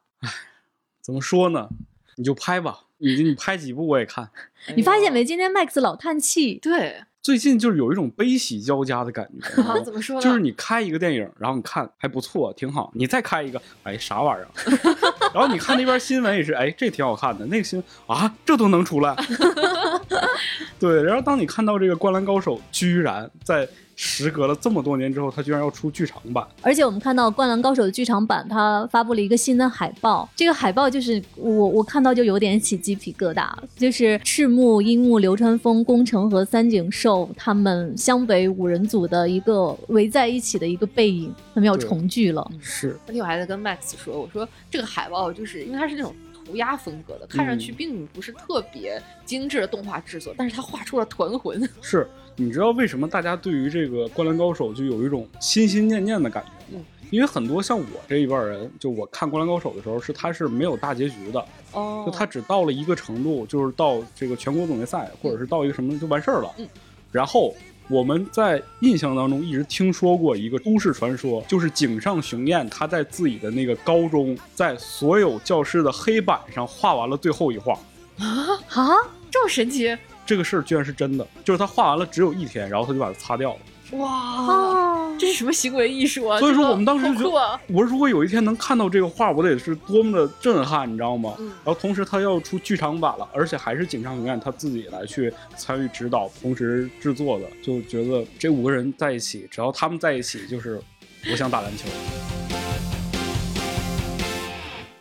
Speaker 2: 怎么说呢？你就拍吧，你你拍几部我也看。
Speaker 3: 你发现没？今天 Max 老叹气，
Speaker 1: 对，
Speaker 2: 最近就是有一种悲喜交加的感觉，你知道
Speaker 1: 啊，
Speaker 2: 吗
Speaker 1: 怎么说呢？
Speaker 2: 就是你开一个电影，然后你看还不错，挺好，你再开一个，哎，啥玩意儿？ 然后你看那边新闻也是，哎，这挺好看的，那个新闻啊，这都能 出来。对，然后当你看到这个《灌篮高手》居然在时隔了这么多年之后，它居然要出剧场版，
Speaker 3: 而且我们看到《灌篮高手》的剧场版，它发布了一个新的海报。这个海报就是我我看到就有点起鸡皮疙瘩，就是赤木、樱木、流川枫、宫城和三井寿他们湘北五人组的一个围在一起的一个背影，他们要
Speaker 2: 对
Speaker 3: 重聚
Speaker 1: 嗯
Speaker 3: 了。
Speaker 2: 是
Speaker 1: 那天我还在跟 Max 说，我说这个海报就是因为它是那种涂鸦风格的，看上
Speaker 2: 嗯
Speaker 1: 去并不是特别精致的动画制作，但是它画出了团魂。
Speaker 2: 是，你知道为什么大家对于这个《灌篮高手》就有一种心心念念的感觉吗？
Speaker 1: 嗯
Speaker 2: 因为很多像我这一辈儿人，就我看《灌篮高手》的时候，是它是没有大结局的，
Speaker 1: 哦
Speaker 2: 就他只到了一个程度，就是到这个全国总决赛，或者是到一个什么就完事儿了。
Speaker 1: 嗯
Speaker 2: 然后我们在印象当中一直听说过一个都市传说，就是井上雄彦他在自己的那个高中，在所有教室的黑板上画完了最后一画。
Speaker 3: 啊，
Speaker 1: 这么神奇，
Speaker 2: 这个事儿居然是真的，就是他画完了只有一天，然后他就把它擦掉了。
Speaker 1: 哇！这是什么行为艺术啊？
Speaker 2: 哦所以说
Speaker 1: 这个
Speaker 2: 我们当时就
Speaker 1: 好
Speaker 2: 觉得
Speaker 1: 酷啊！
Speaker 2: 我如果有一天能看到这个画，我得是多么的震撼，你知道吗？
Speaker 1: 嗯
Speaker 2: 然后同时他要出剧场版了，而且还是井上雄彦他自己来去参与指导，同时制作的，就觉得这五个人在一起，只要他们在一起，就是我想打篮球。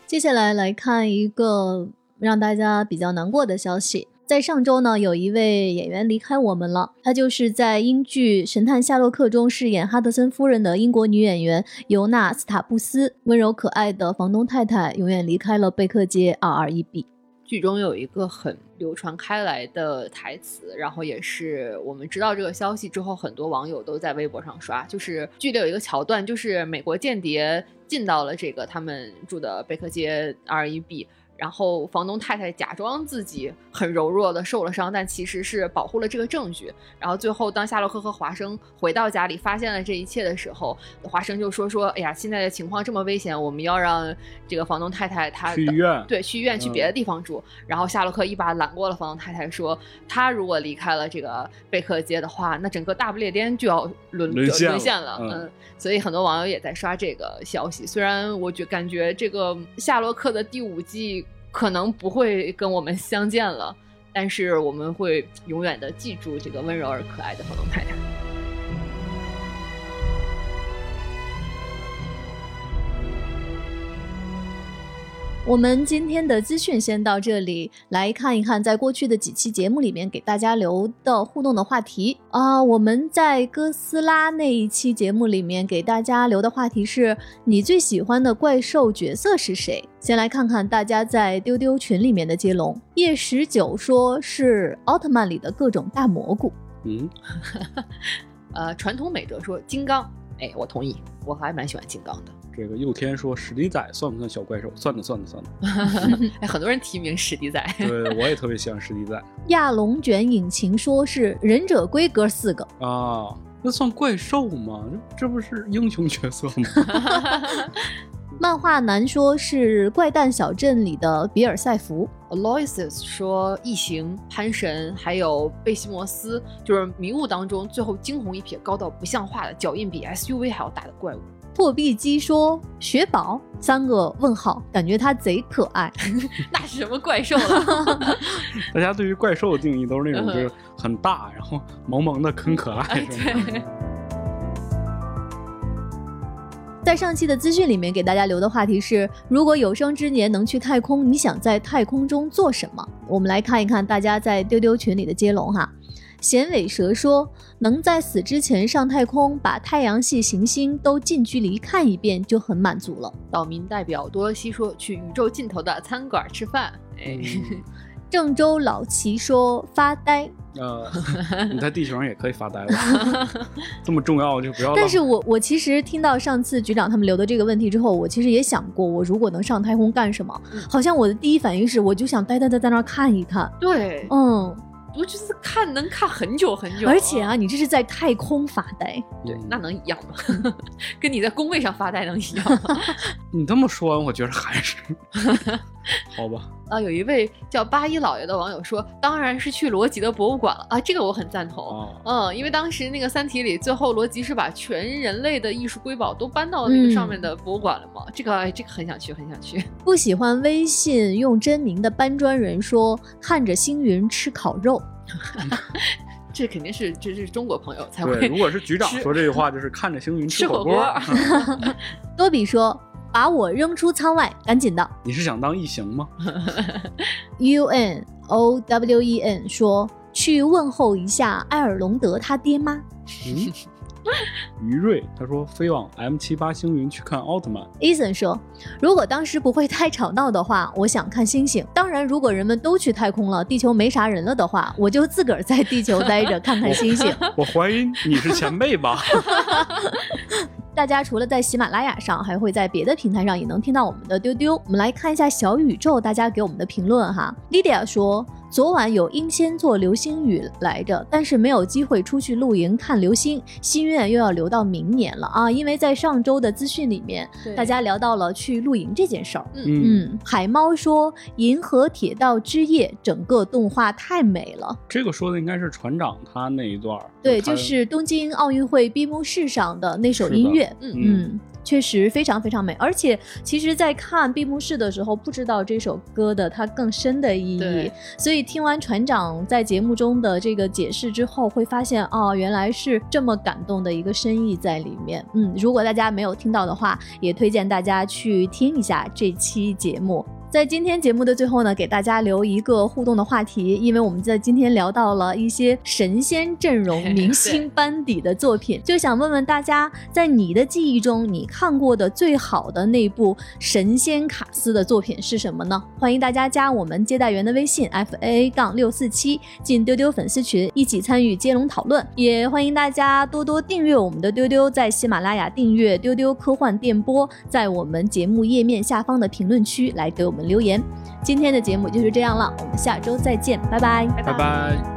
Speaker 3: 接下来来看一个让大家比较难过的消息。在上周呢，有一位演员离开我们了，她就是在英剧《神探夏洛克》中饰演哈德森夫人的英国女演员尤娜·斯塔布斯。温柔可爱的房东太太永远离开了贝克街 221B。
Speaker 1: 剧中有一个很流传开来的台词，然后也是我们知道这个消息之后，很多网友都在微博上刷，就是剧里有一个桥段，就是美国间谍进到了这个他们住的贝克街 R 一 B。然后房东太太假装自己很柔弱的受了伤，但其实是保护了这个证据。然后最后，当夏洛克和华生回到家里，发现了这一切的时候，华生就说说：“哎呀，现在的情况这么危险，我们要让这个房东太太她
Speaker 2: 去医院，
Speaker 1: 哎对，去医院去
Speaker 2: 嗯
Speaker 1: 别的地方住。然后夏洛克一把揽过了房东太太，说他如果离开了这个贝克街的话，那整个大不列颠就要沦
Speaker 2: 沦陷
Speaker 1: 沦
Speaker 2: 了
Speaker 1: 陷了。
Speaker 2: 嗯
Speaker 1: 嗯，所以很多网友也在刷这个消息。虽然我觉感觉这个夏洛克的第五季可能不会跟我们相见了。但是我们会永远的记住这个温柔而可爱的房东太太。
Speaker 3: 我们今天的资讯先到这里，来看一看在过去的几期节目里面给大家留的互动的话题啊、我们在哥斯拉那一期节目里面给大家留的话题是你最喜欢的怪兽角色是谁？先来看看大家在丢丢群里面的接龙。叶十九说是奥特曼里的各种大蘑菇。
Speaker 2: 嗯，
Speaker 1: 呃，传统美德说金刚，哎，我同意，我还蛮喜欢金刚的。
Speaker 2: 这个佑天说史迪仔算不算小怪兽？算的，算的，算的。 嗯
Speaker 1: 哎，很多人提名史迪仔，
Speaker 2: 对，我也特别喜欢史迪仔
Speaker 3: 亚龙卷引擎说是忍者龟哥四个。
Speaker 2: 啊，那算怪兽吗？这这不是英雄角色吗？
Speaker 3: 漫画男说是《怪诞小镇》里的比尔赛福，
Speaker 1: Aloysius 说，异形、潘神还有贝西摩斯，就是迷雾当中最后惊鸿一瞥、高到不像话的脚印比 SUV 还要大的怪 物。
Speaker 3: 破壁机说雪宝，三个问号，感觉他贼可爱。
Speaker 1: 那是什么怪兽啊？
Speaker 2: 大家对于怪兽的定义都是那
Speaker 1: 嗯
Speaker 2: 种就是很大，然后萌萌的，很可爱
Speaker 1: 哎，
Speaker 2: 什么的。
Speaker 1: 对，
Speaker 3: 在上期的资讯里面给大家留的话题是：如果有生之年能去太空，你想在太空中做什么？我们来看一看大家在丢丢群里的接龙哈。衔尾蛇说，能在死之前上太空，把太阳系行星都近距离看一遍就很满足了。
Speaker 1: 岛民代表多罗西说，去宇宙尽头的餐馆吃饭。哎，
Speaker 2: 嗯
Speaker 3: 郑州老齐说发呆，
Speaker 2: 呃， 你在地球上也可以发呆了， 这么重要就不要浪。
Speaker 3: 但是我我其实听到上次局长他们留的这个问题之后，我其实也想过，我如果能上太空干什么？
Speaker 1: 嗯
Speaker 3: 好像我的第一反应是，我就想呆呆的在那儿看一看。
Speaker 1: 对，
Speaker 3: 嗯，
Speaker 1: 我就是看能看很久很久，
Speaker 3: 而且啊，，你这是在太空发呆，
Speaker 1: 对
Speaker 2: 嗯，
Speaker 1: 那能一样吗？ 跟你在工位上发呆能一样 吗？
Speaker 2: 你这么说完，我觉得还是 好吧。
Speaker 1: 啊，有一位叫八一老爷的网友说，当然是去罗辑的博物馆了啊，这个我很赞同。
Speaker 2: 哦，
Speaker 1: 嗯，因为当时那个《三体》里，最后罗辑是把全人类的艺术瑰宝都搬到那个
Speaker 3: 嗯
Speaker 1: 上面的博物馆了嘛。这个哎这个很想去，很想去。
Speaker 3: 不喜欢微信用真名的搬砖人说，看着星云吃烤肉，
Speaker 1: 这肯定是这是中国朋友才
Speaker 2: 对，
Speaker 1: 会
Speaker 2: 如果是局长
Speaker 1: 吃
Speaker 2: 说这句话，就是看着星云
Speaker 1: 吃
Speaker 2: 火啊
Speaker 1: 火锅。
Speaker 3: 多比说把我扔出舱外，赶紧的。
Speaker 2: 你是想当异形吗？
Speaker 3: U N O W E N 说去问候一下埃尔隆德他爹妈。
Speaker 2: 嗯。于瑞他说飞往 M 七八星云去看奥 特曼，
Speaker 3: Ethan 说：“如果当时不会太吵闹的话，我想看星星。当然，如果人们都去太空了，地球没啥人了的话，我就自个儿在地球待着看看星星。
Speaker 2: 我怀疑你是前辈 吧？
Speaker 3: 大家除了在喜马拉雅上，还会在别的平台上也能听到我们的丢丢。我们来看一下小宇宙大家给我们的评论哈。Lydia 说：“昨晚有英仙座流星雨来着，但是没有机会出去露营看流星，心愿又要留到明年了啊！因为在上周的资讯里面，大家聊到了去露营这件事儿。”
Speaker 2: 嗯，
Speaker 3: 嗯，海猫说《银河铁道之夜》整个动画太美了。
Speaker 2: 这个说的应该是船长他那一段儿。
Speaker 3: 对，
Speaker 2: 他
Speaker 3: 就是东京奥运会闭幕式上的那首
Speaker 2: 是的
Speaker 3: 音
Speaker 1: 嗯
Speaker 2: 嗯
Speaker 3: 乐。嗯，确实非常非常美。而且，其实，在看闭幕式的时候，不知道这首歌的它更深的意义
Speaker 1: 对。
Speaker 3: 所以，听完船长在节目中的这个解释之后，会发现哦，原来是这么感动的一个深意在里面。嗯，如果大家没有听到的话，也推荐大家去听一下这期节目。在今天节目的最后呢，给大家留一个互动的话题，因为我们在今天聊到了一些神仙阵容、明星班底的作品，就想问问大家，在你的记忆中，你看过的最好的那部神仙卡斯的作品是什么呢？欢迎大家加我们接待员的微信 f a 杠六四七，进丢丢粉丝群，一起参与接龙讨论。也欢迎大家多多订阅我们的丢丢，在喜马拉雅订阅“丢丢科幻电波”，在我们节目页面下方的评论区来给我们留言。今天的节目就是这样了，我们下周再见，拜拜。
Speaker 2: 拜拜。